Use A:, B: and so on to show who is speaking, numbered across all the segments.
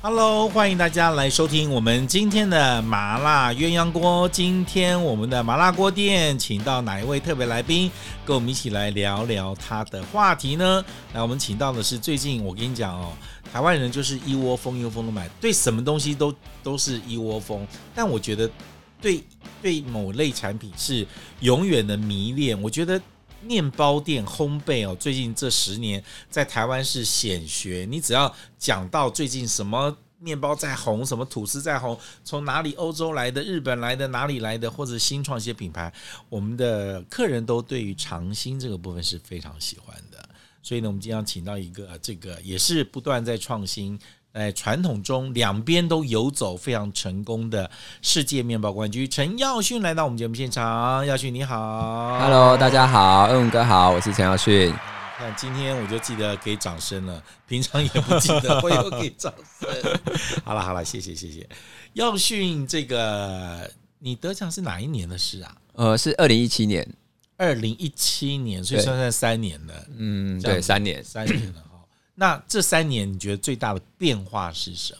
A: Hello，欢迎大家来收听我们今天的麻辣鸳鸯锅。今天我们的麻辣锅店请到哪一位特别来宾，跟我们一起来聊聊他的话题呢？来，我们请到的是最近我跟你讲哦，台湾人就是一窝蜂一窝蜂的买，对什么东西都都是一窝蜂。但我觉得对对某类产品是永远的迷恋。我觉得面包店烘焙哦，最近这十年在台湾是显学。你只要讲到最近什么面包在红，什么吐司在红，从哪里欧洲来的、日本来的、哪里来的，或者新创一些品牌，我们的客人都对于尝新这个部分是非常喜欢的。所以呢，我们今天要请到一个呃这个也是不断在创新。在传统中两边都游走非常成功的世界面包冠军陈耀迅来到我们节目现场，耀迅你好
B: Hello，大家好，恩文哥好，我是陈耀迅。
A: 那今天我就记得给掌声了， 平常也不记 得会有给掌声。好了好了，谢谢谢谢。耀迅，这个你得奖是哪一年的事啊？
B: 呃，是二零一七年，
A: 二零一七年，所以
B: 对
A: 算算三年了，
B: 嗯，
A: 这样
B: 对，
A: 子
B: 三年。
A: 三年了哈。那这三年你觉得最大的变化是什 么？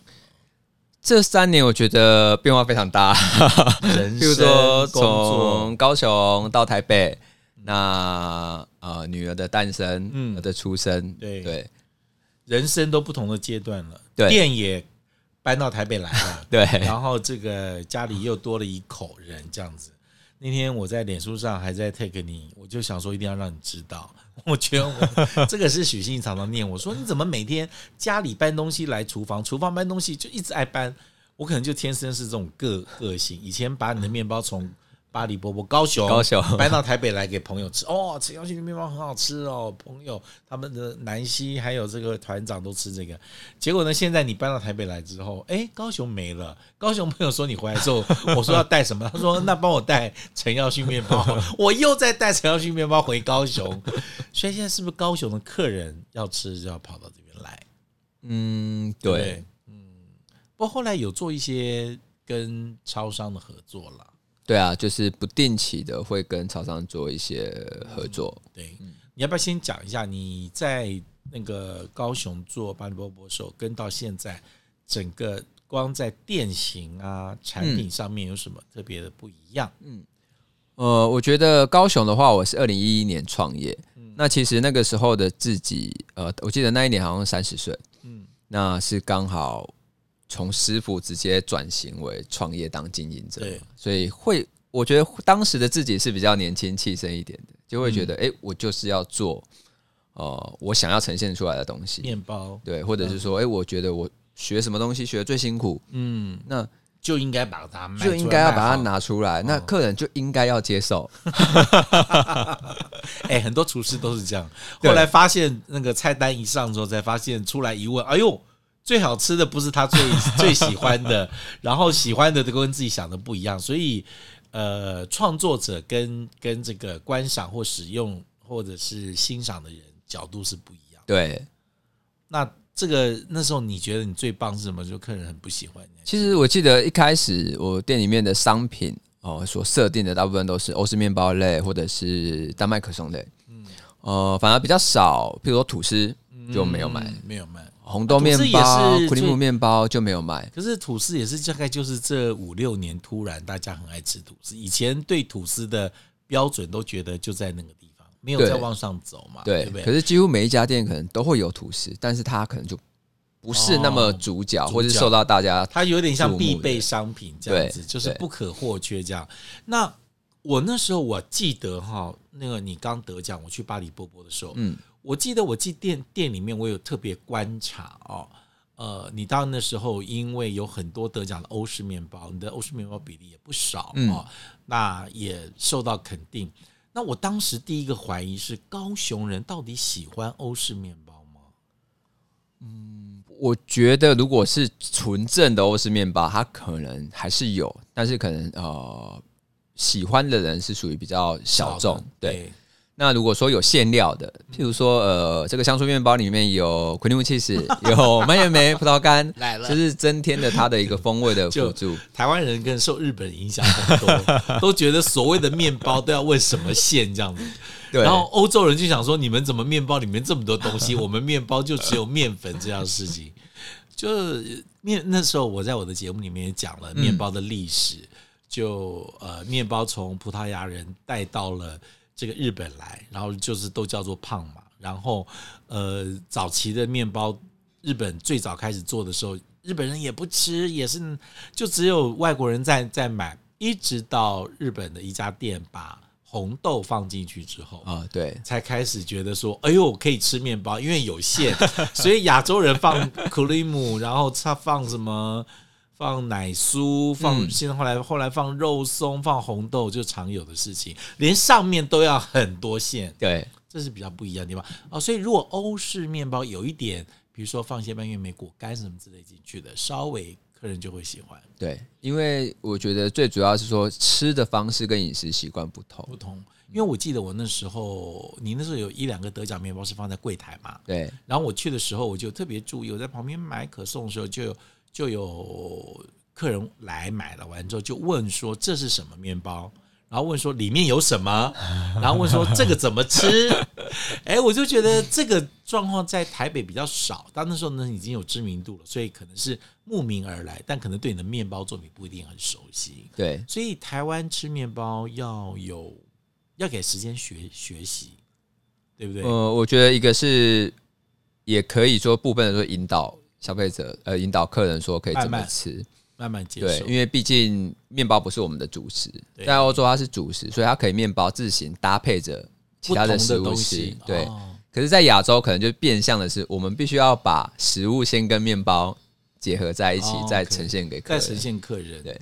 B: 这三年我觉得变化非常大，
A: 人
B: 譬如
A: 生、
B: 说
A: 工作，
B: 从高雄到台北，那呃女儿的诞生，
A: 嗯
B: 嗯，的出生，
A: 对
B: 对
A: 人生都不同的阶段了。
B: 对，
A: 店也搬到台北来了
B: 对，
A: 然后这个家里又多了一口人，这样子。那天我在脸书上还在 take 你，我就想说一定要让你知道，我觉得我这个是许信常常念我说你怎么每天家里搬东西来厨房，厨房搬东西就一直爱搬，我可能就天生是这种个个性。以前把你的面包从巴黎、波波、高雄、
B: 高雄
A: 搬到台北来给朋友吃，哦，陈耀旭的面包很好吃哦，朋友他们的南希还有这个团长都吃这个。结果呢，现在你搬到台北来之后，哎，高雄没了。高雄朋友说你回来之后，我说要带什么，他说那帮我带陈耀旭面包，我又再带陈耀旭面包回高雄。所以现在是不是高雄的客人要吃就要跑到这边来？
B: 嗯，
A: 对不
B: 对，，
A: 嗯，不过后来有做一些跟超商的合作了。
B: 对啊，就是不定期的会跟超商做一些合作。
A: 对，
B: 嗯
A: 你要不要先讲一下你在那个高雄做巴黎波波的时候，跟到现在整个光在店型啊、产
B: 嗯
A: 品上面有什么特别的不一样？
B: 呃，我觉得高雄的话，我是二零一一年创业，
A: 嗯
B: 那其实那个时候的自己，呃，我记得那一年好像三十岁，
A: 嗯
B: 那是刚好从师傅直接转型为创业当经营者
A: 对，
B: 所以会我觉得当时的自己是比较年轻气盛一点的，就会觉
A: 嗯
B: 得哎、诶我就是要做呃我想要呈现出来的东西，
A: 面包，
B: 对，或者是说哎、诶我觉得我学什么东西学得最辛苦，
A: 嗯，
B: 那
A: 就应该把它卖出来，
B: 就应该要把它
A: 卖好。
B: 拿出来，那
A: 哦
B: 客人就应该要接受，
A: 哎、很多厨师都是这样，
B: 对
A: 后来发现那个菜单一上之后，才发现出来一问，哎呦。最好吃的不是他最最喜欢的，然后喜欢的都跟自己想的不一样，所以呃，创作者跟跟这个观赏或使用或者是欣赏的人角度是不一样。
B: 对。
A: 那这个那时候你觉得你最棒是什么？就客人很不喜欢你，
B: 其实我记得一开始我店里面的商品哦，所设定的大部分都是欧式面包类或者是丹麦可颂类，呃，反而比较少，譬如说吐司就没有买，
A: 嗯没有卖。
B: 红豆面
A: 吐司也
B: 包
A: 是、
B: 普林
A: 最
B: 姆面包就没有买，
A: 可是吐司也是大概就是这五六年突然大家很爱吃吐司，以前对吐司的标准都觉得就在那个地方，没有
B: 对
A: 再往上走嘛，
B: 对。
A: 不对？
B: 可是几乎每一家店可能都会有吐司，但是它可能就不是那么
A: 哦
B: 主角，
A: 主角
B: 或是受到大家
A: 它有点像必备商品这样子，
B: 对
A: 就是不可或缺这样。那我那时候我记得哈，那个你刚得奖，我去巴黎波波的时候，
B: 嗯
A: 我记得我进店店里面，我有特别观察哦，呃，你到那时候因为有很多得奖的欧式面包，你的欧式面包比例也不少
B: 嗯
A: 哦，那也受到肯定。那我当时第一个怀疑是，高雄人到底喜欢欧式面包吗？
B: 我觉得如果是纯正的欧式面包，它可能还是有，但是可能呃，喜欢的人是属于比较小众，对。那如果说有馅料的，譬如说呃，这个香酥面包里面有奎尼姆 cheese，有蔓越莓、葡萄干，
A: 来了
B: 这是增添了它的一个风味的
A: 就
B: 辅助。
A: 台湾人跟受日本影响很多，都觉得所谓的面包都要问什么馅这样子。
B: 对，
A: 然后欧洲人就想说，你们怎么面包里面这么多东西？我们面包就只有面粉这样事情。就面那时候我在我的节目里面也讲了面包的历史，就呃，面包从葡萄牙人带到了这个日本来，然后就是都叫做胖嘛。然后呃，早期的面包，日本最早开始做的时候，日本人也不吃，也是就只有外国人在在买，一直到日本的一家店把红豆放进去之后，
B: 啊、对，
A: 才开始觉得说，哎呦，可以吃面包，因为有馅， 所以亚洲人放克里姆，然后他放什么？放奶酥，放
B: 嗯
A: 现在后来后来放肉松，放红豆，就常有的事情，连上面都要很多馅，
B: 对，
A: 这是比较不一样的地方哦。所以如果欧式面包有一点，比如说放一些蔓越莓果干什么之类进去的，稍微客人就会喜欢。
B: 对，因为我觉得最主要是说吃的方式跟饮食习惯不同。
A: 不同，因为我记得我那时候，你那时候有一两个得奖面包是放在柜台嘛，
B: 对，
A: 然后我去的时候，我就特别注意，我在旁边买可颂的时候，就有就有客人来买了，完之后就问说这是什么面包，然后问说里面有什么，然后问说这个怎么吃。 哎，我就觉得这个状况在台北比较少，但那时候呢已经有知名度了，所以可能是慕名而来，但可能对你的面包作品不一定很熟悉。
B: 对，
A: 所以台湾吃面包要有要给时间学学习，对不对？
B: 呃，我觉得一个是也可以说部分的说引导消费者，呃，引导客人说可以怎
A: 慢
B: 么
A: 慢
B: 吃。
A: 慢慢接
B: 对，
A: 受
B: 因。为毕竟面包不是我们的主食，
A: 对
B: 在欧洲它是主食，所以它可以面包自行搭配着其
A: 不
B: 他
A: 同
B: 食物
A: 东
B: 吃
A: 西。，
B: 对，
A: 哦
B: 可是，在亚洲可能就变相的是，我们必须要把食物先跟面包结合在一起，
A: 哦
B: 再
A: OK
B: 呈现给客
A: 再
B: 人。
A: 呈现客人
B: 对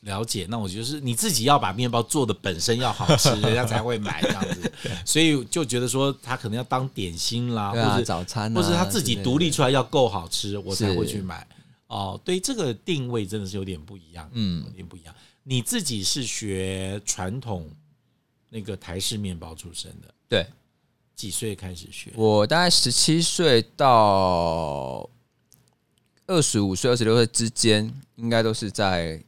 A: 了解。那我觉得是你自己要把面包做的本身要好 吃，人家才会买这样子。所以就觉得说他可能要当点心啦，
B: 对啊
A: 或者
B: 早餐啊
A: 或者他自己
B: 之类的
A: 独立出来要够好吃，我才
B: 是
A: 会去买。哦，对，这个定位真的是有点不一样，
B: 嗯
A: 有点不一样。你自己是学传统那个台式面包出身的，
B: 对
A: 几岁开始学？
B: 我大概十七岁到二十五岁、二十六岁之间，应该都是在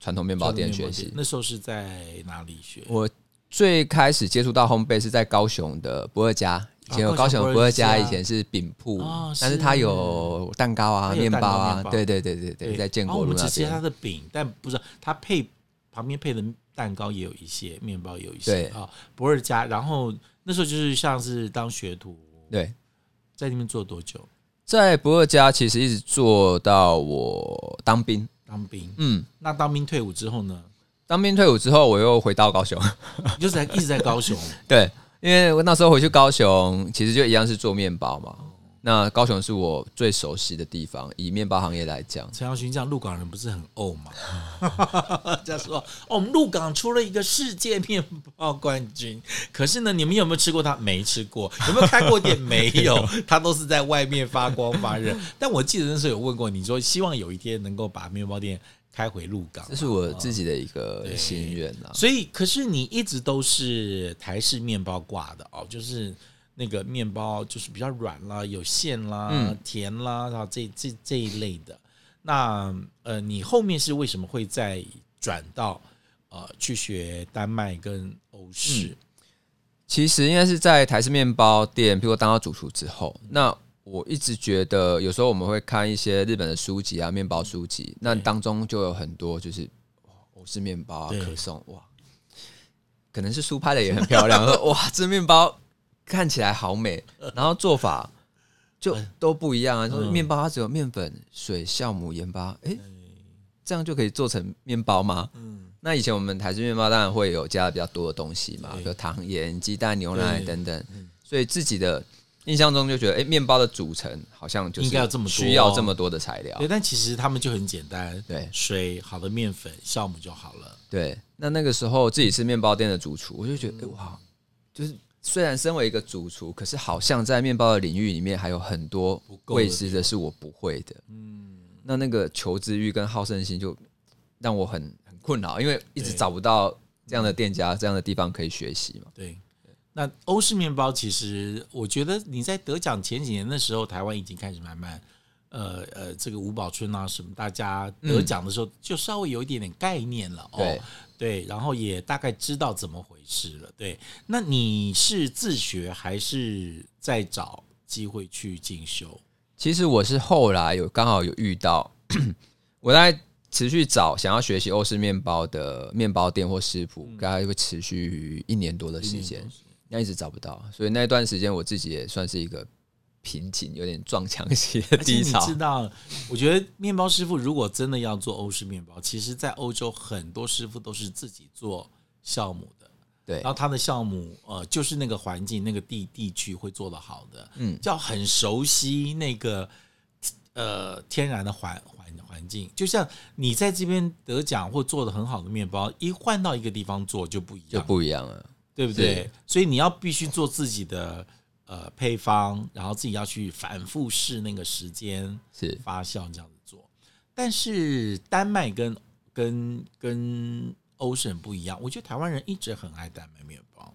B: 传统面包店学习。
A: 那时候是在哪里学？
B: 我最开始接触到烘焙是在高雄的不二家，以前有
A: 哦高
B: 高
A: 雄
B: 雄
A: 不
B: 不
A: 二
B: 二
A: 家
B: 家，以前是饼铺
A: 哦，
B: 但是
A: 是
B: 它有蛋糕啊、
A: 它有
B: 面
A: 蛋
B: 包
A: 糕
B: 啊
A: 面，包
B: 对对对对对，在建
A: 哦
B: 国
A: 我
B: 路
A: 们
B: 那
A: 只吃它
B: 边。
A: 的饼，但不是它配旁边配的蛋糕也有一些，面包也有一些
B: 对
A: 啊、不二家。然后那时候就是像是当学徒，
B: 对，
A: 在那边做多久？
B: 在不二家其实一直做到我当兵，
A: 当兵。
B: 嗯，
A: 那当兵退伍之后呢？
B: 当兵退伍之后我又回到高雄，
A: 你就在一直在高雄，
B: 对，因为我那时候回去高雄，其实就一样是做面包嘛。那高雄是我最熟悉的地方，以面包行业来讲，
A: 陈耀勋这样鹿港人不是很呕 吗？人家说、哦、我们鹿港出了一个世界面包冠军，可是呢，你们有没有吃过它？没吃过，有没有开过店？ 没有，它都是在外面发光发热。但我记得那时候有问过你说，希望有一天能够把面包店开回鹿港
B: 这，是我自己的一个
A: 哦对
B: 心愿啊。
A: 所以可是你一直都是台式面包挂的哦，就是。那个面包就是比较软啦，有馅啦、甜啦，然后这这这一类的。那呃，你后面是为什么会再转到呃去学丹麦跟欧式？
B: 其实应该是在台式面包店，譬如说当到主厨之后，那我一直觉得，有时候我们会看一些日本的书籍啊，面包书籍，那当中就有很多就是哇欧式面包啊
A: 对，
B: 可颂哇，可能是书拍的也很漂亮，说哇这面包看起来好美，然后做法就都不一样啊，就是面包它只有面粉、水、酵母、盐巴，诶、这样就可以做成面包吗？
A: 嗯，
B: 那以前我们台式面包当然会有加比较多的东西嘛，
A: 对
B: 比如糖、盐、鸡蛋、牛奶
A: 对嗯
B: 等等，所以自己的印象中就觉得，哎、面包的组成好像就是
A: 应该有这么多
B: 需要这么多的材料
A: 对，。但其实他们就很简单，
B: 对
A: 水、好的面粉、酵母就好了。
B: 对，那那个时候自己是面包店的主厨，我就觉得，哎、哇，就是虽然身为一个主厨，可是好像在面包的领域里面还有很多
A: 够的
B: 未知的是我不会的。嗯，那那个求知欲跟好胜心就让我很很困扰，因为一直
A: 对
B: 找不到这样的店家、这样的地方可以学习嘛。
A: 对，那欧式面包其实，我觉得你在得奖前几年的时候，台湾已经开始慢慢，呃呃，这个吴宝春啊什么，大家得奖的时候就稍微有一点点概念了哦。
B: 对
A: 对，然后也大概知道怎么回事了。对，那你是自学还是在找机会去进修？
B: 其实我是后来有刚好有遇到， 我在持续找想要学习欧式面包的面包店或食谱，大概会持续一年多的时间，那一直找不到，所以那段时间我自己也算是一个瓶颈，有点撞墙期的
A: 而且
B: 低
A: 你
B: 潮。
A: 知道，我觉得面包师傅如果真的要做欧式面包，其实，在欧洲很多师傅都是自己做酵母的。
B: 对
A: 然后他的酵母，呃，就是那个环境、那个地地区会做得好的，
B: 嗯
A: 就要很熟悉那个呃天然的环环环境。就像你在这边得奖或做的很好的面包，一换到一个地方做就不一
B: 就
A: 样，
B: 不一样了。
A: 对不对？所以你要必须做自己的呃配方，然后自己要去反复试那个时间
B: 是
A: 发酵这样子做。但是丹麦跟跟跟欧式很不一样，我觉得台湾人一直很爱丹麦面包，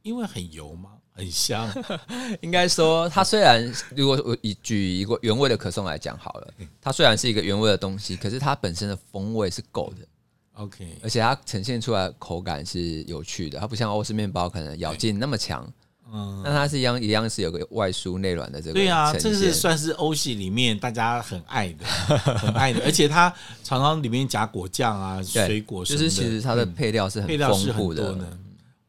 A: 因为很油嘛，很香。
B: 应该说，它虽然如果我以举一个原味的可颂来讲好了，它虽然是一个原味的东西，可是它本身的风味是够的，
A: OK，
B: 而且它呈现出来的口感是有趣的，它不像欧式面包可能咬劲那么强，
A: 嗯，
B: 但它是一样一样是有个外酥内软的这个
A: 对啊，
B: 呈
A: 这是
B: 现
A: 算是欧系里面大家很爱的，很爱的，而且它常常里面夹果酱啊、
B: 对
A: 水果什
B: 就
A: 么的，
B: 是其实它的配料是
A: 配
B: 很
A: 料
B: 丰
A: 是很
B: 富
A: 多
B: 的，
A: 的。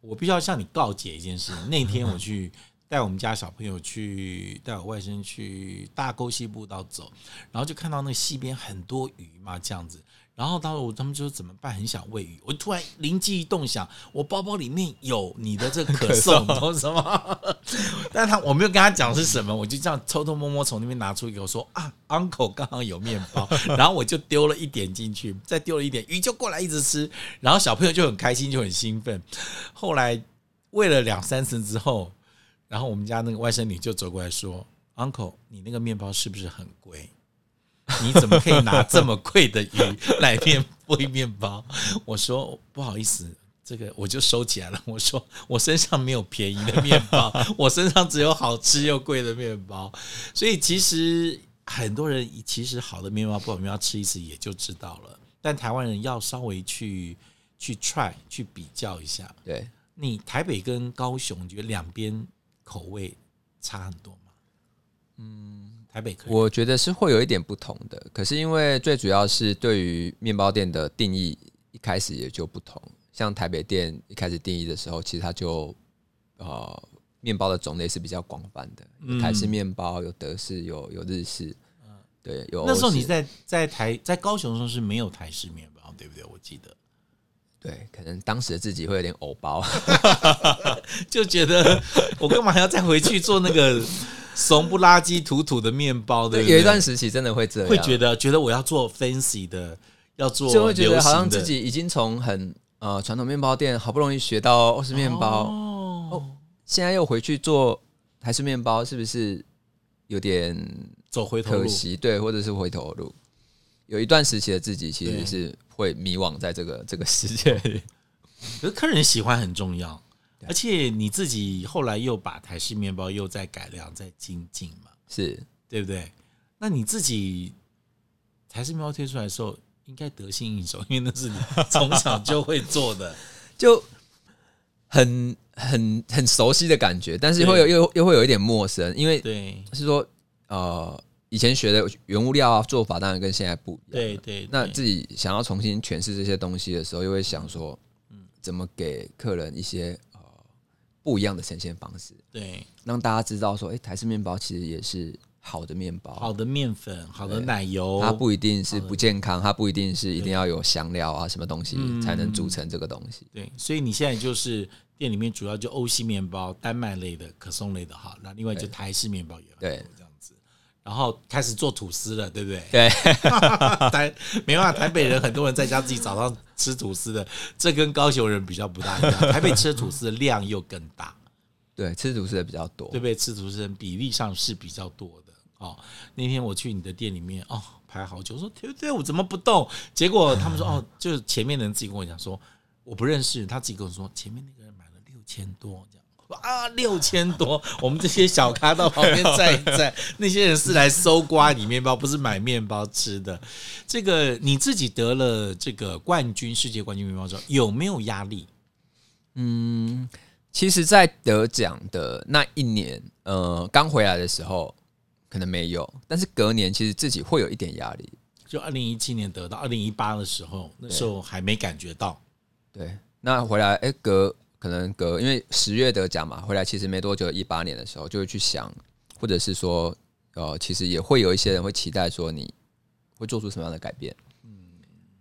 A: 我必须要向你告解一 件事：那天我去带我们家小朋友去带我外甥去大沟溪步道走，然后就看到那个溪边很多鱼嘛，这样子。然后当时我他们就说怎么办，很想喂鱼。我突然灵机一动想，我包包里面有你的这个可 颂，你懂什么？但他我没有跟他讲是什么，我就这样偷偷摸摸从那边拿出一个，我说啊，uncle 刚好有面包，然后我就丢了一点进去，再丢了一点，鱼就过来一直吃，然后小朋友就很开心，就很兴奋。后来喂了两三次之后，然后我们家那个外甥女就走过来说：“uncle，你那个面包是不是很贵？你怎么可以拿这么贵的鱼来面 喂面包？”我说：“不好意思。”这个我就收起来了。 我说我身上没有便宜的面包， 我身上只有好吃又贵的面包。所以其实很多人其实好的面包、不好的面包吃一次也就知道了，但台湾人要稍微去去 try 去比较一下。
B: 对。
A: 你台北跟高雄，你觉得两边口味差很多吗？嗯，台北可以，
B: 我觉得是会有一点不同的，可是因为最主要是对于面包店的定义一开始也就不同。像台北店一开始定义的时候，其实它就呃面包的种类是比较广泛的，有台式面包，有德式，有有日式，对，有
A: 嗯那时候
B: 欧式
A: 你在在台在高雄的时候是没有台式面包，对不对？我记得
B: 对，可能当时的自己会有点偶包，
A: 就觉 得我干嘛还要再回去做那个怂不拉几土土的面包？ 对不对，
B: 有一段时期真的会这样，
A: 会觉得觉得我要做 fancy 的，要做
B: 就会觉
A: 流
B: 得
A: 行
B: 好像
A: 的
B: 自己已经从很呃传统面包店好不容易学到欧式面包，
A: 哦，
B: 现在又回去做台式面包，是不是有点
A: 走回头
B: 可
A: 路。
B: 惜？对，或者是回头路？有一段时期的自己其实是会迷惘在这个这个世界里。
A: 可是客人喜欢很重要，
B: 对
A: 而且你自己后来又把台式面包又在改良、在精进嘛。
B: 是
A: 对不对？那你自己台式面包推出来的时候，应该得心应手，因为那是你从小就会做 的。
B: 就很很很熟悉的感觉，但是会有又又会有一点陌生，因为
A: 对
B: 是说呃以前学的原物料啊做法当然跟现在不一样。
A: 对对，
B: 那
A: 对
B: 自己想要重新诠释这些东西的时候，又会想说，
A: 嗯
B: 怎么给客人一些呃不一样的呈现方式，
A: 对
B: 让大家知道说，哎、台式面包其实也是好的面包，
A: 好的哦面粉、好的
B: 啊对
A: 奶油，
B: 它不一定是不健康，它不一定是一定要有香料啊什么东西
A: 嗯
B: 才能组成这个东西。
A: 对，所以你现在就是店里面主要就欧系面包、丹麦类的、可颂类的哈，那另外就台式面包也有
B: 对
A: 这样子。然后开始做吐司了，对不对？
B: 对，
A: 台没办法，台北人很多人在家自己早上吃吐司的，这跟高雄人比较不大一样。台北吃吐司的量又更大，
B: 对，吃吐司的比较多
A: 对，不对？吃竹生比例上是比较多的哦。那天我去你的店里面哦，排好久，我说对对，我怎么不动？结果他们说哦，就是前面的人自己跟我讲说，我不认识，他自己跟我说前面那个人买了六千多这样。啊，六千多！我们这些小咖到旁边站一站，那些人是来搜刮你面包，不是买面包吃的。这个你自己得了这个冠军，世界冠军面包之后，有没有压力？
B: 嗯，其实，在得奖的那一年，呃，刚回来的时候可能没有，但是隔年其实自己会有一点压力。
A: 就二零一七年得到，二零一八的时候，那时候还没感觉到。
B: 对，那回来，哎、隔可能隔，因为十月得奖嘛，回来其实没多久，一八年的时候就会去想，或者是说，呃，其实也会有一些人会期待说你会做出什么样的改变，嗯，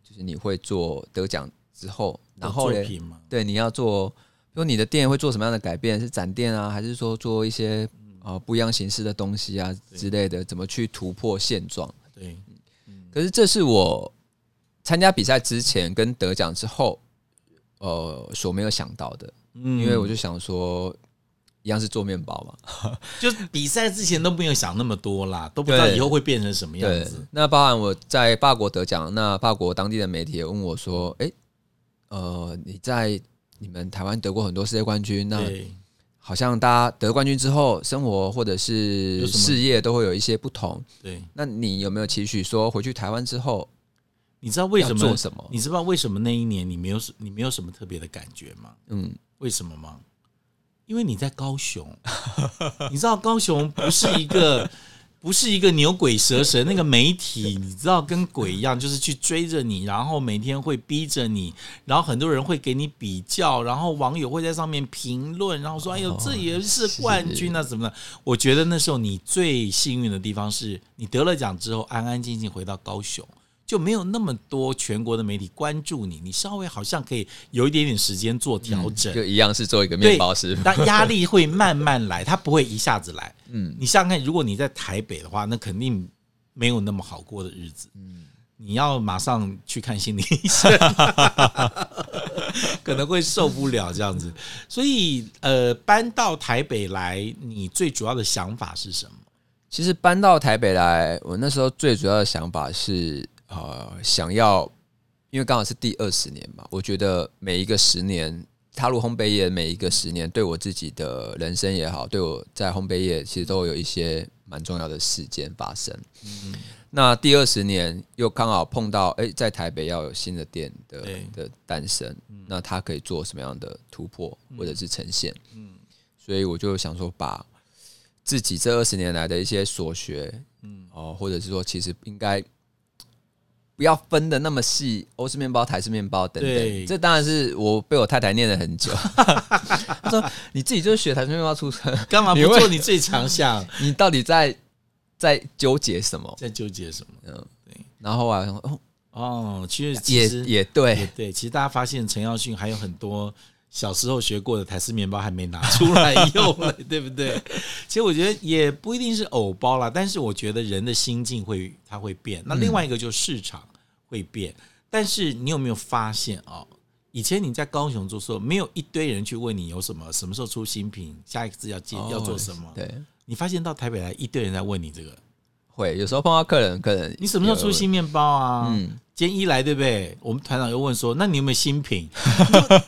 B: 就是你会做得奖之后，然后
A: 有
B: 嘞
A: 作，品嘛，
B: 对，你要做，比如你的店会做什么样的改变？是展店啊，还是说做一些
A: 嗯
B: 呃不一样形式的东西啊之类的？怎么去突破现状？
A: 对，
B: 可是这是我参加比赛之前跟得奖之后，呃，所没有想到的，
A: 嗯
B: 因为我就想说，一样是做面包嘛，
A: 就比赛之前都没有想那么多啦，都不知道
B: 对
A: 以后会变成什么样
B: 对
A: 子。。
B: 那包含我在法国得奖，那法国当地的媒体也问我说，诶，呃，你在你们台湾得过很多世界冠军，那
A: 对，
B: 好像大家得冠军之后，生活或者
A: 有
B: 是
A: 什么
B: 事业都会有一些不同。
A: 对，
B: 那你有没有期许说回去台湾之后
A: 你知道为
B: 要
A: 什么
B: 做？什么？
A: 你知道为什么那一年你没有你没有什么特别的感觉吗？
B: 嗯，
A: 为什么吗？因为你在高雄， 你知道高雄不是一个 不是一个牛鬼蛇神那个媒体，你知道跟鬼一样，就是去追着你，然后每天会逼着你，然后很多人会给你比较，然后网友会在上面评论，然后说：“哎呦，这也是冠军啊，怎么的？”我觉得那时候你最幸运的地方是你得了奖之后，安安静静回到高雄。就没有那么多全国的媒体关注你，你稍微好像可以有一点点时间做调整，
B: 就一样是做一个
A: 对，
B: 面包师傅。
A: 但压力会慢慢来，它不会一下子来。嗯，你想想看，如果你在台北的话，那肯定没有那么好过的日子。嗯，你要马上去看心理医 生，可能会受不了这样子。所以，呃，搬到台北来，你最主要的想法是什么？
B: 其实搬到台北来，我那时候最主要的想法是，呃，想要，因为刚好是第二十年嘛，我觉得每一个十年踏入烘焙业，每一个十年对我自己的人生也好，对我在烘焙业其实都有一些蛮重要的事件发生。那第二十年又刚好碰到，哎、在台北要有新的店的
A: 对
B: 的诞生，那它可以做什么样的突破或者是呈现？嗯，所以我就想说，把自己这二十年来的一些所学，嗯，哦，或者是说，其实应该不要分的那么细，欧式面包、台式面包等
A: 对
B: 等。这当然是我被我太太念了 很久，她说你自己就是学台式面包出身，
A: 干嘛不
B: 你会
A: 做你最强项？
B: 你到底在在纠结什么？
A: 在纠结什么？
B: 然后啊，哦，
A: 哦，其实其
B: 也
A: 实
B: 也对，
A: 也对，其实大家发现陈耀迅还有很多小时候学过的台式面包还没拿出来用了，对不对？其实我觉得也不一定是偶包啦，但是我觉得人的心境会它会变。那另外一个就是市场会变，但是你有没有发现哦？以前你在高雄做时候，没有一堆人去问你有什么，什么时候出新品，下一次要进、要做什么。
B: 哦对，
A: 你发现到台北来，一堆人在问你这个，
B: 会有时候碰到客人，客人
A: 你什么时候出新面包啊？
B: 嗯
A: 今天一来对不对？我们团长又问说，那你有没有新品？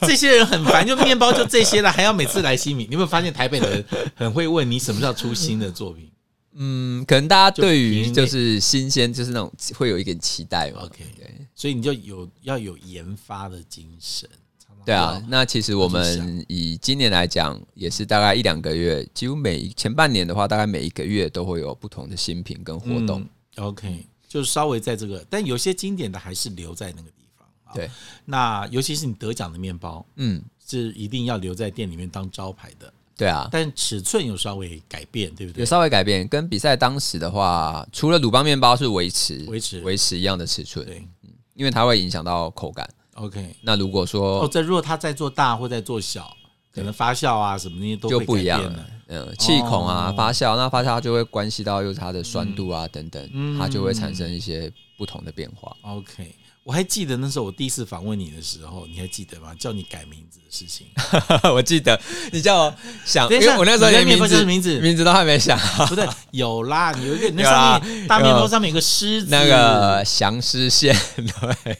A: 就这些人很烦，就面包就这些了，还要每次来新品。你有没有发现台北的人很会问你什么时候出新的作 品
B: 嗯，可能大家对于
A: 就哦
B: 就是新鲜，就是那种会有一点期待嘛。
A: ？OK，
B: 对
A: 所以你就有要有研发的精神。常常
B: 对
A: 要
B: 啊，，那其实我
A: 我就
B: 们以今年来讲，也是大概一两个月，几乎每一前半年的话，大概每一个月都会有不同的新品跟活动。
A: 嗯 OK，就是稍微在这个，但有些经典的还是留在那个地方。啊
B: 对，
A: 那尤其是你得奖的面包
B: 嗯，
A: 是一定要留在店里面当招牌的，
B: 对啊，
A: 但尺寸有稍微改变，对不
B: 有
A: 对？
B: 稍微改变。跟比赛当时的话，除了鲁邦面包是维持
A: 维持
B: 维持一样的尺寸，嗯
A: 对
B: 因为它会影响到口感。
A: ，OK。
B: 那如果说
A: 哦，这如果它在做大或在做小，可能发酵啊什么那些都
B: 就
A: 会
B: 不
A: 改
B: 一样
A: 变
B: 了
A: 的。。
B: 嗯，气孔啊
A: 哦，
B: 发酵，那发酵就会关系到又是它的酸度啊等等，
A: 嗯
B: 它就会产生一些不同的变化。
A: OK，我还记得那时候我第一次访问你的时候，你还记得吗？叫你改名字的事 情。
B: 我记得你叫我想，
A: 等
B: 因
A: 一下
B: 为我那时候连
A: 你的面包叫
B: 字
A: 什么名字
B: 名字都还没想，
A: 不对，有啦，你有一个那
B: 有啦
A: 上面大面包上面有个狮子，
B: 那个 祥狮县，对，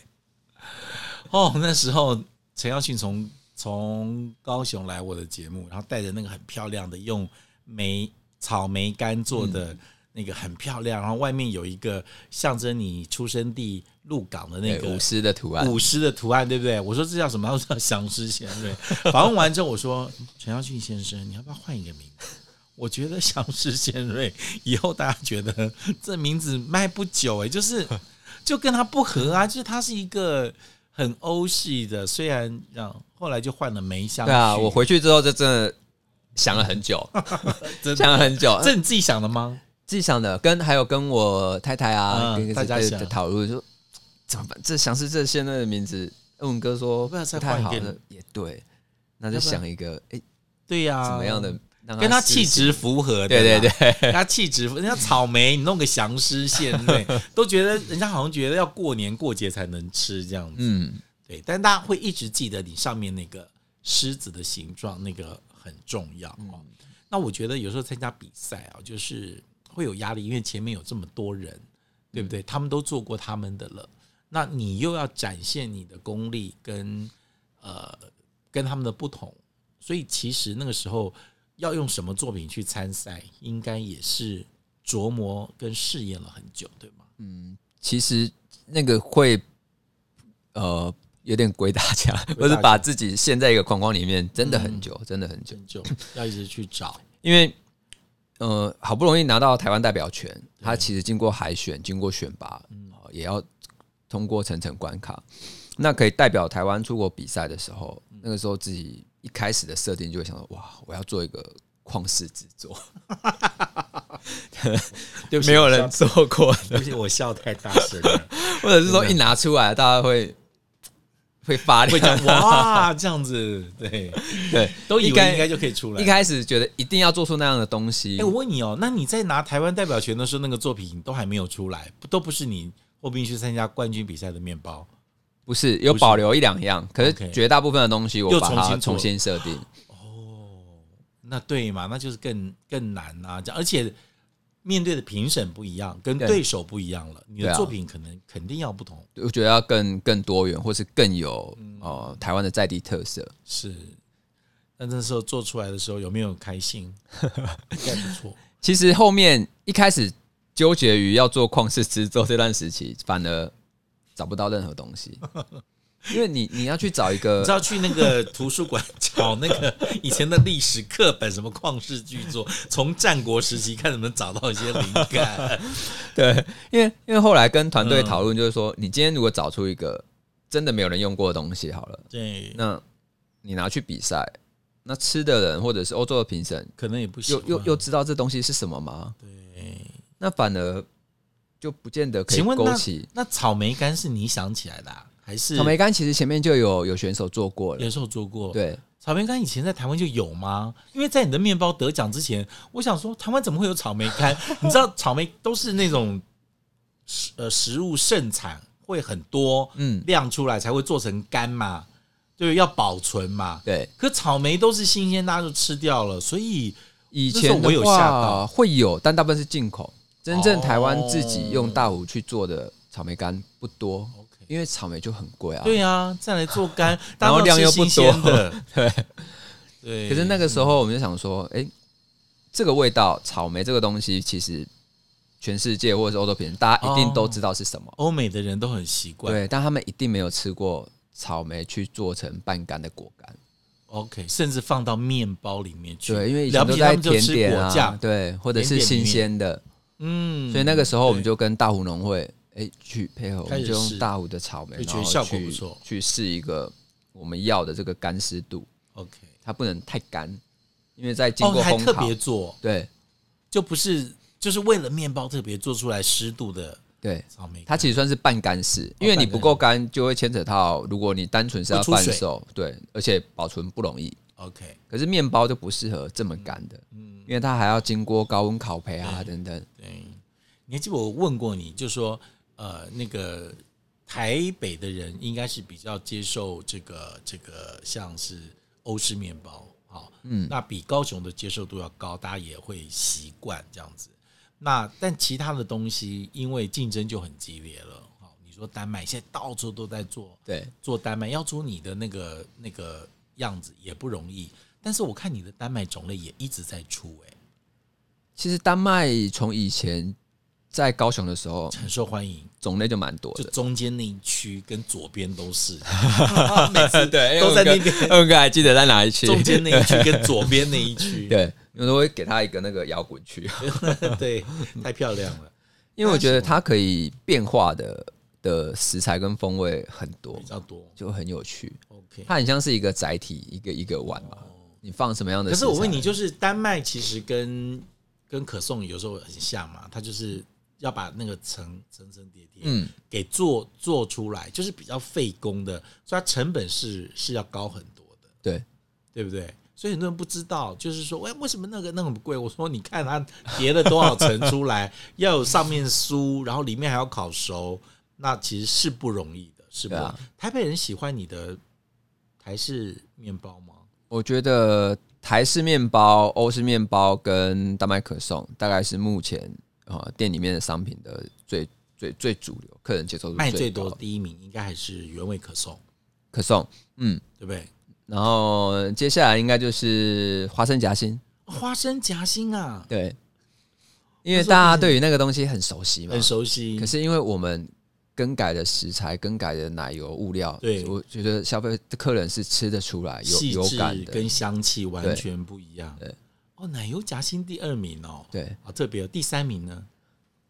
A: 哦，那时候陈耀迅从从高雄来我的节目，然后带着那个很漂亮的用梅草莓干做
B: 嗯
A: 的那个很漂亮，然后外面有一个象征你出生地鹿港的那
B: 对
A: 个
B: 舞狮的图案，
A: 舞狮的图案，对不对？我说这叫什么？ 他说叫祥狮贤瑞。访问完之后，我说陈耀俊先生，你要不要换一个名字？我觉得祥狮贤瑞哎以后大家觉得这名字卖不久哎、就是 就跟他不合啊，就是他是一个很欧系的，虽然让后来就换了梅香。
B: 对啊，我回去之后就真的想了很 久，
A: 真的
B: 想了很久，
A: 这你自己想的吗？
B: 自己想的，跟还有跟我太太啊，
A: 嗯
B: 跟
A: 大家
B: 在
A: 想
B: 在讨论说怎么办？这想是这现在的名字，欧文哥说
A: 不要再
B: 太
A: 换一
B: 好
A: 个
B: 了，也对，那就
A: 要不然
B: 想一个哎
A: 对呀、
B: 怎么样的，让
A: 跟他
B: 试
A: 气
B: 试
A: 质符合的，
B: 对对对，
A: 人家气质，人家草莓，你弄个祥狮献瑞，都觉得人家好像觉得要过年过节才能吃这样子。
B: 嗯，
A: 对，但大家会一直记得你上面那个狮子的形状，那个很重要哦。那我觉得有时候参加比赛啊，就是会有压力，因为前面有这么多人，对不对？他们都做过他们的了，那你又要展现你的功力跟呃跟他们的不同，所以其实那个时候要用什么作品去参赛，应该也是琢磨跟试验了很久，对吗？
B: 其实那个会呃有点鬼打墙，
A: 鬼打
B: 或
A: 嗯
B: 是
A: 墙
B: 把自己陷在一个框框里面，真的很久，真的很久。
A: 很久要一直去 找，
B: 因为呃，好不容易拿到台湾代表权，他其实经过海选、经过选拔，
A: 嗯
B: 哦也要通过层层关卡。那可以代表台湾出国比赛的时候，
A: 嗯
B: 那个时候自己一开始的设定就会想说：哇，我要做一个旷世之作，
A: 对不起
B: 没有人做过的，
A: 而且我笑太大声了，
B: 或者是说一拿出来，大家会会发
A: 会讲
B: 亮。
A: 哇这样子，对，
B: 对，
A: 都以为
B: 一开
A: 应该就可以出来。
B: 一
A: 哎、
B: 开始觉得一定要做出那样的东西。
A: 我问你哦，那你在拿台湾代表权的时候，那个作品都还没有出来，不都不是你后必去参加冠军比赛的面包
B: 不是有保留一两样，可
A: OK
B: 是绝大部分的东西
A: 又
B: 我把
A: 重新
B: 它
A: 做
B: 重新设定。
A: 哦，那对嘛？那就是更更难啊，这样而且面对的评审不一样，跟
B: 对
A: 对手不一样了，你的
B: 对啊
A: 作品可能肯定要不同。
B: 我觉得要更更多元，或是更有
A: 嗯
B: 呃台湾的在地特色。
A: 是，那那时候做出来的时候有没有开 心？应该不错。
B: 其实后面一开始纠结于要做旷世之作这段时期，反而找不到任何东 西，因为你你要去找一
A: 你
B: 个
A: 知道去那个图书馆找那个以前的历史课本，什么旷世巨作，从战国时期看能不能找到一些灵感。
B: 对，因为因为后来跟
A: 嗯
B: 团队讨论，就是说、你今天如果找出一个真的没有人用过的东西好了，
A: 对，
B: 那你拿去比赛，那吃的人或者是欧洲的评审
A: 可能也不行啊
B: 又。又又知道这东西是什么吗？
A: 对，
B: 那反而就不见得可以
A: 请问
B: 勾
A: 那
B: 起。
A: 那草莓干是你想起来的、啊，还是
B: 草莓干其实前面就有有选手做过了
A: 野，兽做过？，
B: 对，
A: 草莓干以前在台湾就有吗？因为在你的面包得奖之前，我想说台湾怎么会有草莓干？ 你知道草莓都是那种食呃食物盛产会很多
B: 嗯，
A: 量出来才会做成干嘛，对，要保存嘛。
B: 对。
A: 可草莓都是新鲜，大家就吃掉了，所以
B: 以
A: 那时候
B: 前
A: 我有
B: 的
A: 吓
B: 话
A: 到
B: 会有，但大部分是进口。真正台湾
A: 哦
B: 自己用大壶去做的草莓干不多，
A: OK，
B: 因为草莓就很贵啊。
A: 对啊，再来做 干，
B: 然后量又不多
A: 大家都吃新鲜的，
B: 对。
A: 对。嗯
B: 可是那个时候我们就想说，哎，这个味道，草莓这个东西，其实全世界或者是欧洲品，大家一定都知道是什么。
A: 欧美的人都很习惯
B: 对，但他们一定没有吃过草莓去做成半干的果干。
A: ，OK，甚至放到面包里面去，
B: 对，因为以
A: 了
B: 前
A: 不
B: 都
A: 起他
B: 在
A: 们就
B: 甜
A: 吃
B: 点
A: 果
B: 啊
A: 酱，，
B: 对，或者是
A: 甜点里
B: 新
A: 面
B: 鲜的。
A: 嗯，
B: 所以那个时候我们
A: 对
B: 就跟大湖农会哎、诶去配合，我
A: 开
B: 们
A: 始
B: 就
A: 试
B: 用大湖的草莓，
A: 就觉
B: 然
A: 得
B: 后
A: 效果
B: 去
A: 不错
B: 去试一个我们要的这个干湿度，
A: OK，
B: 它不能太干，因为在经
A: 哦，
B: 过
A: 还
B: 烘
A: 特
B: 烤，
A: 别做，
B: 对
A: 就不是就是为了面包特别做出来湿度的
B: 对，
A: 草莓干，
B: 它其实算是哦半干式，因为你不够干就会牵扯到，如果你单纯是要
A: 会出
B: 半
A: 水
B: 熟，对，而且保存不容易。
A: OK，
B: 可是面包就不适合这么干的，因为它还要经过高温烤焙啊等等。
A: 对，你还记得我问过你，就说呃，那个台北的人应该是比较接受这个这个像是欧式面包，好、嗯，那比高雄的接受度要高，大家也会习惯这样子。那但其他的东西，因为竞争就很激烈了，好，你说丹麦现在到处都在做
B: 对，
A: 做丹麦，要出你的那个那个样子也不容易。但是我看你的丹麦种类也一直在出、欸，
B: 其实丹麦从以前在高雄的时候，
A: 哎，很受欢迎。
B: 种类就蛮多
A: 就
B: 的。
A: 中间那一区跟左边都是， 每 次
B: 对
A: 都在那边，
B: 二哥还记得在哪一区？
A: 中间那一区跟左边那一区，
B: 对，有时候会给他一个那个摇滚区，
A: 对，太漂亮了，
B: 因为我觉得它可以变化的的食材跟风味很多
A: 比，较多。
B: 就很有趣。
A: OK，
B: 它很像是一个载体，一个一个碗嘛。你放什么样的？
A: 可是我问你，，就是丹麦其实跟跟可颂有时候很像嘛，它就是要把那个层层层叠叠
B: 嗯，
A: 给做做出来，就是比较费工的，所以它成本是是要高很多的。
B: 对，
A: 对不对？所以很多人不知道，就是说，喂，为什么那个那么贵？我说，你看它叠了多少层出来，要有上面酥，然后里面还要烤熟，那其实是不容易的，是不容易、
B: 对啊
A: 台北人喜欢你的台式面包吗？
B: 我觉得台式面包、欧式面包跟丹麦可颂，大概是目前啊、呃店里面的商品的最最最主流，客人接受度
A: 卖
B: 最
A: 最多
B: 高
A: 第一名应该还是原味可颂，
B: 可颂，嗯。
A: 对不对？
B: 然后接下来应该就是花生夹心，
A: 花生夹心啊，
B: 对，因为大家对于那个东西很熟悉嘛
A: 很。熟悉
B: 可。是因为我们更改的食材、更改的奶油物料，
A: 对
B: 我觉得消费客人是吃得出来有
A: 细
B: 有
A: 致
B: 感的
A: 跟，香气完
B: 对
A: 全不一样
B: 对。
A: 哦，奶油夹心第二名哦，
B: 对。
A: 好特别、哦。第三名呢？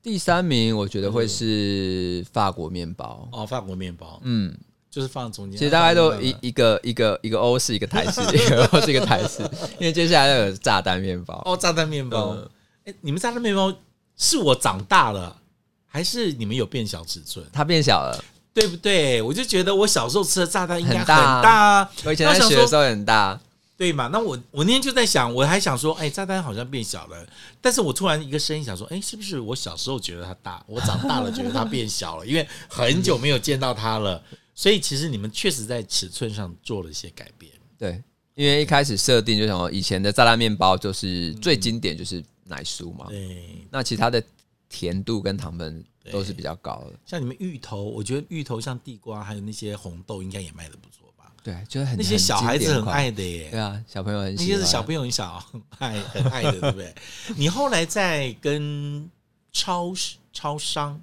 B: 第三名我觉得会是法国面包，
A: 哦，法国面包。
B: 嗯，
A: 就是放中间，
B: 其实大概都
A: 一
B: 一一个一个一个欧式，一 个台式，一个欧式一个台式，因为接下来有炸弹面包，
A: 哦，炸弹面包。
B: 嗯
A: 哎、你们炸弹面包是我长大了，还是你们有变小尺寸？
B: 它变小了。
A: 对不对？我就觉得我小时候吃的炸弹应该很
B: 很大啊
A: 大啊，
B: 我以前在学的时候很大，
A: 对嘛？那我我那天就在想，我还想说，哎、炸弹好像变小了，但是我突然一个声音想说，哎、是不是我小时候觉得它大，我长大了觉得它变小 了，因为很久没有见到它了。所以其实你们确实在尺寸上做了一些改变。
B: 对，因为一开始设定就想说以前的炸弹面包就是最经典就是奶酥嘛，
A: 对，
B: 那其他的甜度跟糖分都是比较高的，
A: 像你们芋头，我觉得芋头像地瓜还有那些红豆，应该也卖的不错吧？
B: 对，就是很
A: 那些小孩子很，
B: 经典款
A: 爱的耶，
B: 对啊，小朋友很
A: 那
B: 喜
A: 些
B: 欢，
A: 是小朋友很小 很爱很爱的，对不对？你后来在跟超市超商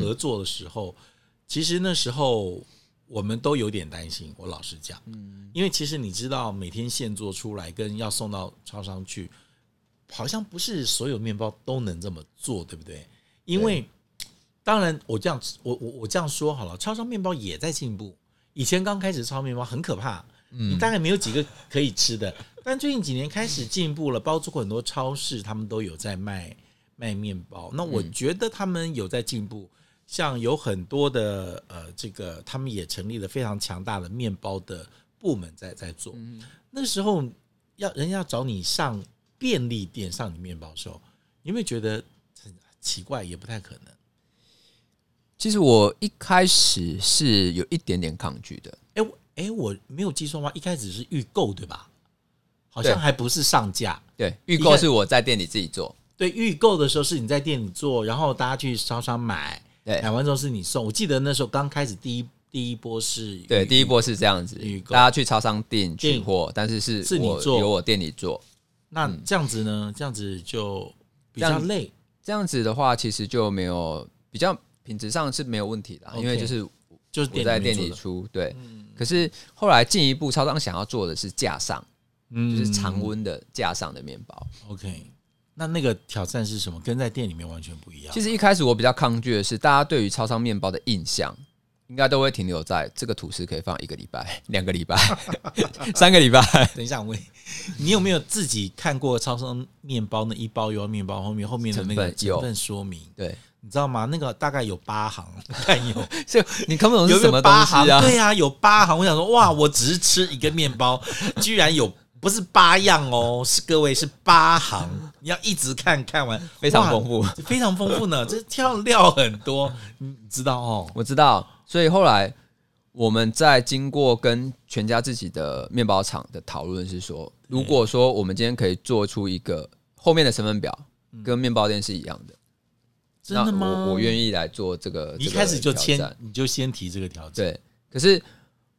A: 合作的时候，其实那时候我们都有点担心，我老实讲，嗯因为其实你知道，每天现做出来跟要送到超商去，好像不是所有面包都能这么做，对不对？因为当然，我这样我我我这样说好了，超商面包也在进步。以前刚开始超商面包很可怕，你大概没有几个可以吃的。但最近几年开始进步了，包括很多超市他们都有在卖卖面包。那我觉得他们有在进步，像有很多的呃，这个他们也成立了非常强大的面包的部门在在做。那时候要人家要找你上便利店上你面包的时候，你有没有觉得很奇怪，也不太可能？
B: 其实我一开始是有一点点抗拒的，
A: 哎、我哎、我没有记错吗？一开始是预购对吧？好像
B: 对
A: 还不是上架。
B: 对，预
A: 一
B: 购
A: 个
B: 是我在店里自己做，
A: 对，预购的时候是你在店里做，然后大家去超商买，
B: 对
A: 买完之后是你送。我记得那时候刚开始第一第一波是
B: 对，第一
A: 波。
B: 波是这样子
A: 预，购
B: 大家去超商订取
A: 订
B: 货，但是是
A: 是你
B: 我
A: 做
B: 由我店里做，
A: 那这样子呢？这样子就比
B: 嗯这
A: 较
B: 样子
A: 累。
B: 这样子的话其实就没有比较品质上是没有问题的啊，因为
A: OK
B: 就是
A: 就是
B: 我
A: 店
B: 在
A: 面
B: 店里
A: 做的，嗯
B: 出，对。可是后来进一步，超商想要做的是架上，就
A: 嗯
B: 是常温的架上的面包。
A: OK，那那个挑战是什么？跟在店里面完全不一样。
B: 其
A: 实
B: 实一开始我比较抗拒的是，大家对于超商面包的印象，应该都会停留在这个吐司可以放一个礼拜、 两个礼拜、三个礼拜。
A: 等一下我问你，你有没有自己看过超商面包那一包一包面包后面后面的那个
B: 成分有
A: 成分说明？
B: 对，
A: 你知道吗？那个大概有八行， 看有
B: 就你看不懂
A: 有
B: 是
A: 没
B: 什么
A: 有
B: 东
A: 八
B: 西
A: 行？
B: 啊？
A: 对啊，有八行。我想说，哇，我只是吃一个面包，居然有不是八样哦，是各位是八行，你要一直看看完，
B: 非常
A: 哇
B: 丰富，
A: 非常丰富呢。这跳料很多，你知道哦。
B: 我知道，所以后来我们在经过跟全家自己的面包厂的讨论是说，如果说我们今天可以做出一个后面的成分表跟面包店是一样的，
A: 嗯真的吗？
B: 那我我愿意来做这个，
A: 你一开始就
B: 签
A: 先你就先提这个条件，
B: 对，可是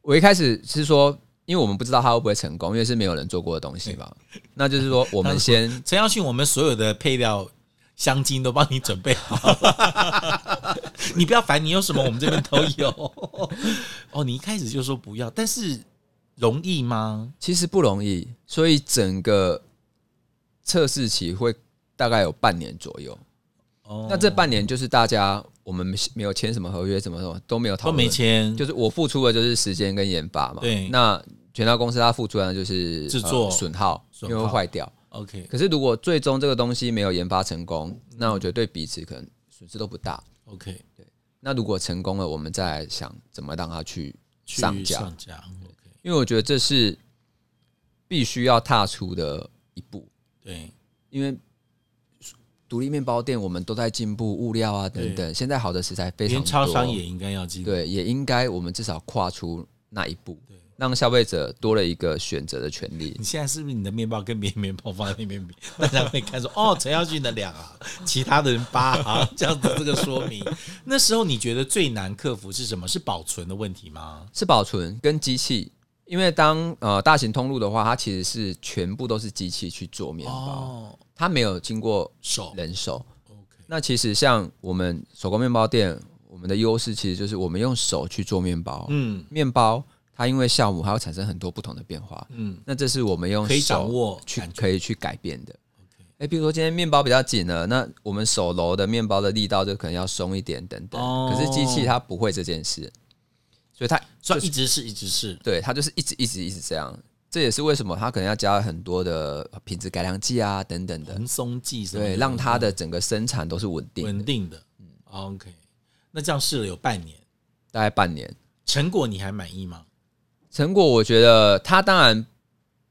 B: 我一开始是说因为我们不知道它会不会成功，因为是没有人做过的东西嘛。那就是说，我们先
A: 陈耀迅，我们所有的配料、香精都帮你准备好， 你不要烦，你有什么我们这边都有。 哦，你一开始就说不要，但是容易吗？
B: 其实不容易，所以整个测试期会大概有半年左右。
A: 哦，
B: 那这半年就是大家我们没有签什么合约，什么什么都没有讨
A: 都
B: 论，
A: 没签，
B: 就是我付出的就是时间跟研发嘛。
A: 对
B: 那全套公司它付出的就是
A: 制作
B: 呃损、耗，因
A: 损
B: 为
A: 耗
B: 会坏掉。
A: OK
B: 可是如果最终这个东西没有研发成功，那我觉得对彼此可能损失都不大。
A: OK，
B: 那如果成功了，我们再来想怎么让它去
A: 去
B: 上架，
A: 上架 OK，
B: 因为我觉得这是必须要踏出的一步。
A: 对
B: 因为独立面包店我们都在进步，物料啊等等，现在好的食材非常
A: 连
B: 多，
A: 超商也应该要进，
B: 对，也应该我们至少跨出那一步
A: 对，
B: 让消费者多了一个选择的权利。
A: 你现在是不是你的面包跟别人面包放在那边比， 大家会看说哦，陈耀俊的两行，其他的人八 行，这样子这个说明。那时候你觉得最难克服是什么？是保存的问题吗？
B: 是保存跟机器，因为当呃大型通路的话，它其实是全部都是机器去做面包，
A: 哦，
B: 它没有经过
A: 手
B: 人手。
A: OK，
B: 那其实像我们手工面包店，我们的优势其实就是我们用手去做面包，
A: 嗯
B: 面包它因为酵母，它会产生很多不同的变化。
A: 嗯
B: 那这是我们用
A: 可以
B: 手
A: 掌握
B: 去
A: 感觉
B: 可以去改变的。
A: ，OK，
B: 哎、比如说今天面包比较紧了，那我们手揉的面包的力道就可能要松一点，等等。
A: 哦
B: 可是机器它不会这件事，所以它
A: 所
B: 就
A: 以
B: 是
A: 一直是一直是
B: 对它就是一直一直一直这样。这也是为什么它可能要加很多的品质改良剂啊，等等的，
A: 蓬松剂什么的，
B: 对，让它嗯的整个生产都是稳定的，
A: 稳定的。OK，那这样试了有半年，
B: 大概半年。
A: 成果你还满意吗？
B: 成果我觉得它当然，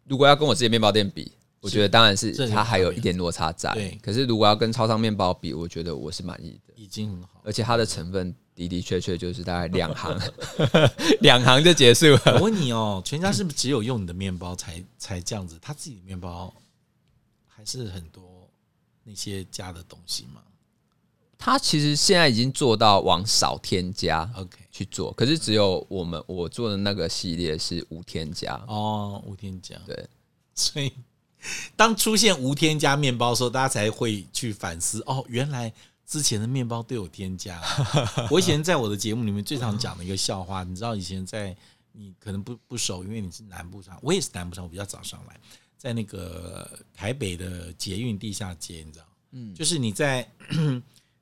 B: 如果要跟我自己的面包店比，我觉得当然是
A: 这是
B: 它还有一点落差在。
A: 对
B: 可是如果要跟超商面包比，我觉得我是满意的，
A: 已经很好。
B: 而且它的成分的的确确就是大概两行， 两行就结束了。
A: 我问你哦，全家是不是只有用你的面包才 才这样子？他自己的面包还是很多那些加的东西吗
B: 它其实现在已经做到往少添加
A: ？OK，
B: 去做，可是只有我们我做的那个系列是无添加。
A: 哦，无添加。
B: 对，
A: 所以当出现无添加面包的时候，大家才会去反思哦，原来之前的面包都有添加。我以前在我的节目里面最常讲的一个笑话，你知道以前在你可能不不熟，因为你是南部上，我也是南部上，我比较早上来，在那个台北的捷运地下街，你知道，嗯，就是你在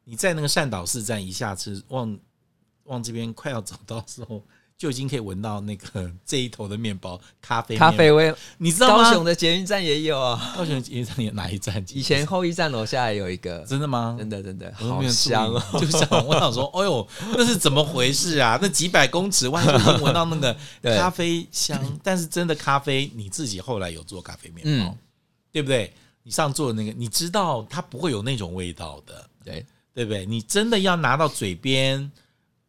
A: 你在那个善导市站一下车往往这边快要走到的时候。就已经可以闻到那个这一头的面包，咖啡面包
B: 咖啡味，
A: 你知道吗？
B: 高雄的捷运站也有啊，
A: 高雄捷运站有哪一站？
B: 以前后一站楼下也有一个，
A: 真的吗？
B: 真的真的
A: 我都
B: 好
A: 没有注意
B: 香哦。！
A: 就想我想说，哎呦，那是怎么回事啊？ 那几百公尺外就已经闻到那个
B: 对
A: 咖啡香， 但是真的咖啡，你自己后来有做咖啡面包，
B: 嗯
A: 对不对？你上做的那个，你知道它不会有那种味道的，
B: 对，
A: 对不对？你真的要拿到嘴边，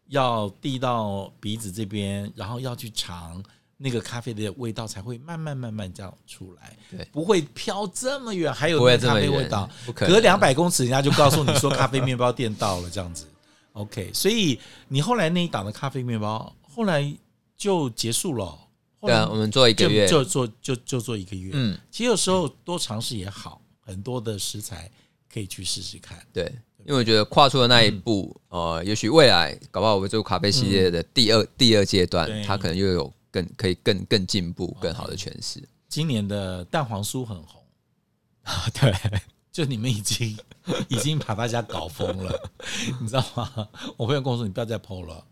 A: 要递到鼻子这边，然后要去尝那个咖啡的味道，才会慢慢慢慢这样出来，
B: 对
A: 不会飘这么远，还有
B: 不会
A: 那个
B: 这
A: 咖
B: 么
A: 啡
B: 远
A: 味道，
B: 不可能
A: 隔两百公尺人家就告诉你说咖啡面包店到了这样子。OK，所以你后来那一档的咖啡面包后来就结束了，后
B: 对
A: 来
B: 啊，我们做一个
A: 就
B: 月，
A: 就做就就做一个月。
B: 嗯，
A: 其实有时候多尝试也好，很多的食材可以去试试看。
B: 对，因为我觉得跨出的那一步，呃，也许未来搞不好我们做咖啡系列的第二、第二阶段
A: 对，
B: 它可能又有更可以更更进步、更好的诠释。
A: 今年的蛋黄酥很红，
B: 对，
A: 就你们已经 已经把大家搞疯 了，你知道吗？我朋友跟我说你不要再剖了，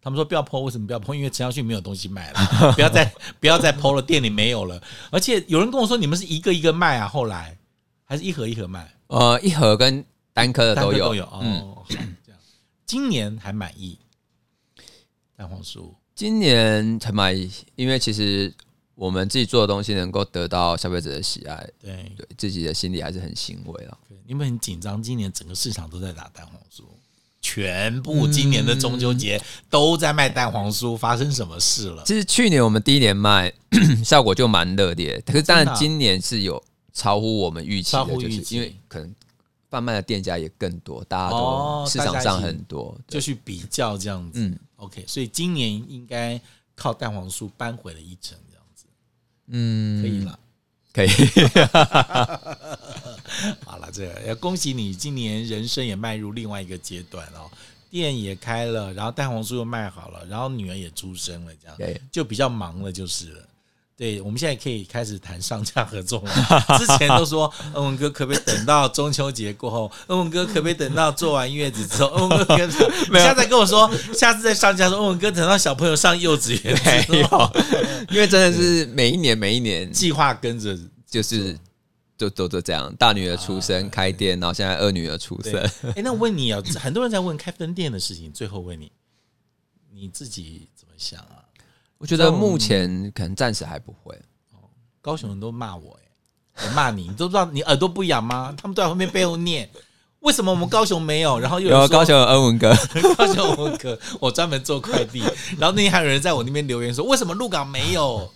A: 他们说不要剖，为什么不要剖？因为陈耀迅没有东西卖 了，不要再不要再剖了，店里没有了。而且有人跟我说你们是一个一个卖啊，后来还是一盒一盒卖，
B: 呃，一盒跟单颗的
A: 单
B: 都
A: 个
B: 有，
A: 都有哦。
B: 嗯，
A: 好这样今年还满意蛋黄酥，
B: 今年才满意，因为其实我们自己做的东西能够得到消费者的喜爱，
A: 对，
B: 对自己的心里还是很欣慰啊了。
A: 你们很紧张，今年整个市场都在打蛋黄酥，全部今年的中
B: 嗯
A: 秋节都在卖蛋黄酥，发生什么事了？
B: 其实去年我们第一年卖 效果就蛮热烈，可是
A: 真
B: 当
A: 的
B: 然
A: 啊
B: 今年是有超乎我们预期
A: 超
B: 的，
A: 乎
B: 就
A: 预
B: 是
A: 期
B: 因为可能贩卖的店家也更多，大家
A: 哦
B: 都市
A: 大家
B: 场
A: 一
B: 上
A: 起
B: 很多，
A: 就
B: 对
A: 去比较这样子。
B: 嗯
A: OK，所以今年应该靠蛋黄酥扳回了一城，这样子。
B: 嗯
A: 可以了。
B: 可以，
A: 好了，这个要恭喜你，今年人生也迈入另外一个阶段哦，店也开了，然后蛋黄酥又卖好了，然后女儿也出生了，这样
B: 对
A: 就比较忙了，就是了。对，我们现在可以开始谈上下合作了。之前都说恩文哥可不可以等到中秋节过后，恩文哥可不可以等到做完月子之后，恩文哥可不可以
B: 没有
A: 下次再跟我说，下次再上架说恩文哥等到小朋友上幼稚园
B: 没
A: 之后，
B: 有， 因为真的是每一年每一年
A: 计划跟着
B: 就是就都都这样，大女儿出生开店，然后现在二女儿出生
A: 对，哎、那我问你啊，很多人在问开分店的事情，最后问你，你自己怎么想啊？
B: 我觉得目前可能暂时还不会，
A: 高雄人都骂我、哎， 我骂你，你都不知道你耳朵不痒吗？他们都在后面背后念，为什么我们高雄没有？然后又有
B: 有啊
A: 人说
B: 高雄有恩文哥，
A: 高雄我可我专门做快递，然后那天还有人在我那边留言说，为什么鹿港没有？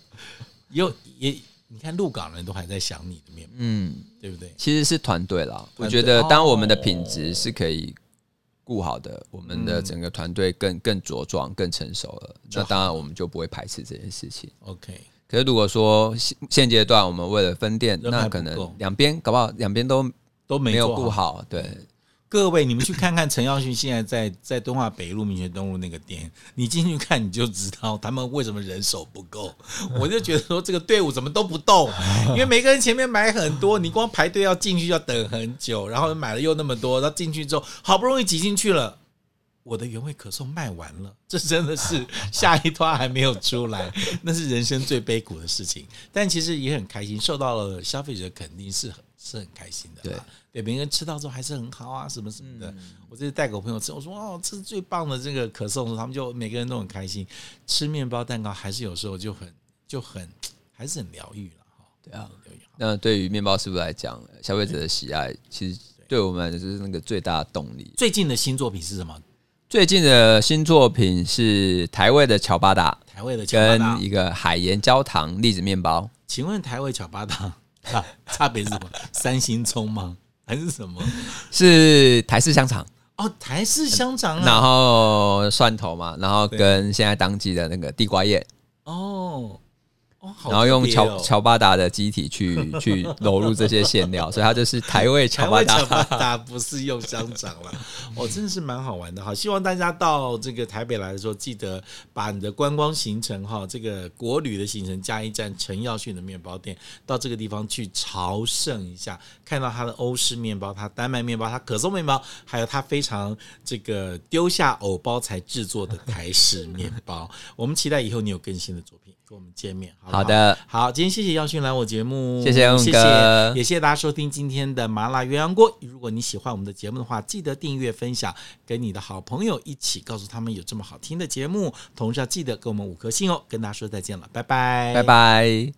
A: 有也你看鹿港人都还在想你的面貌，
B: 嗯，
A: 对不对？
B: 其实是团队啦。
A: 队哦
B: 我觉得当我们的品质是可以顾好的，我们的整个团队更更茁壮、更成熟了，
A: 就
B: 那
A: 好
B: 当然我们就不会排斥这件事情。
A: OK，
B: 可是如果说现现阶段我们为了分店，
A: 人还
B: 那
A: 不
B: 可
A: 够
B: 能两边搞不好两边都
A: 都没
B: 没有
A: 做
B: 顾好，对，
A: 各位，你们去看看陈耀迅现在在在敦化北路民权东路那个店，你进去看你就知道他们为什么人手不够。 我就觉得说这个队伍怎么都不动，因为每个人前面买很多，你光排队要进去要等很久，然后买了又那么多，然后进去之后好不容易挤进去了。我的原味可颂卖完了，这真的 是下一团还没有出来，那是人生最悲苦的事情。但其实也很开心，受到了消费者肯定是很是很开心的啦。对，别人吃到之后还是很好啊，什么什么的。
B: 嗯
A: 我这次带给我朋友吃，我说哦，这是最棒的这个可颂，他们就每个人都很开心。吃面包蛋糕还是有时候就很就很还是很疗愈了哈。
B: 对啊
A: 很疗愈。
B: 那对于面包师傅来讲，消费者的喜爱其实对我们就是那个最大的动力。
A: 最近的新作品是什么？
B: 最近的新作品是台味的乔巴达
A: 台味的巧巴
B: 跟
A: 达。
B: 一个海盐焦糖栗子面包，
A: 请问台味巧巴 达差啊差别是什么？三星葱吗？还是什么？
B: 是台式香肠，
A: 哦，台式香肠
B: 然
A: 啊。
B: 后蒜头嘛，然后跟现在当季的那个地瓜叶，
A: 哦哦，好特别哦
B: 然后用乔乔巴达的机 体去去揉入这些馅料，所以它就是台
A: 台
B: 味乔巴
A: 湾
B: 达
A: 巧。巴达不是用香肠了，哦，真的是蛮好玩的哈！希望大家到这个台北来的时候，记得把你的观光行程哈，这个国旅的行程加一站陈耀迅的面包店，到这个地方去朝圣一下，看到他的欧式面包、他丹麦面包、他可颂面包，还有他非常这个丢下偶包才制作的台式面包。我们期待以后你有更新的作品跟我们见面，好不
B: 好的，
A: 好，今天谢谢耀勋来我节目，
B: 谢谢恩
A: 谢
B: 哥
A: 也谢谢大家收听今天的麻辣鸳鸯锅。如果你喜欢我们的节目的话，记得订阅、分享，跟你的好朋友一起告诉他们有这么好听的节目，同时要记得给我们五颗星哦。跟大家说再见了，拜拜，
B: 拜。拜。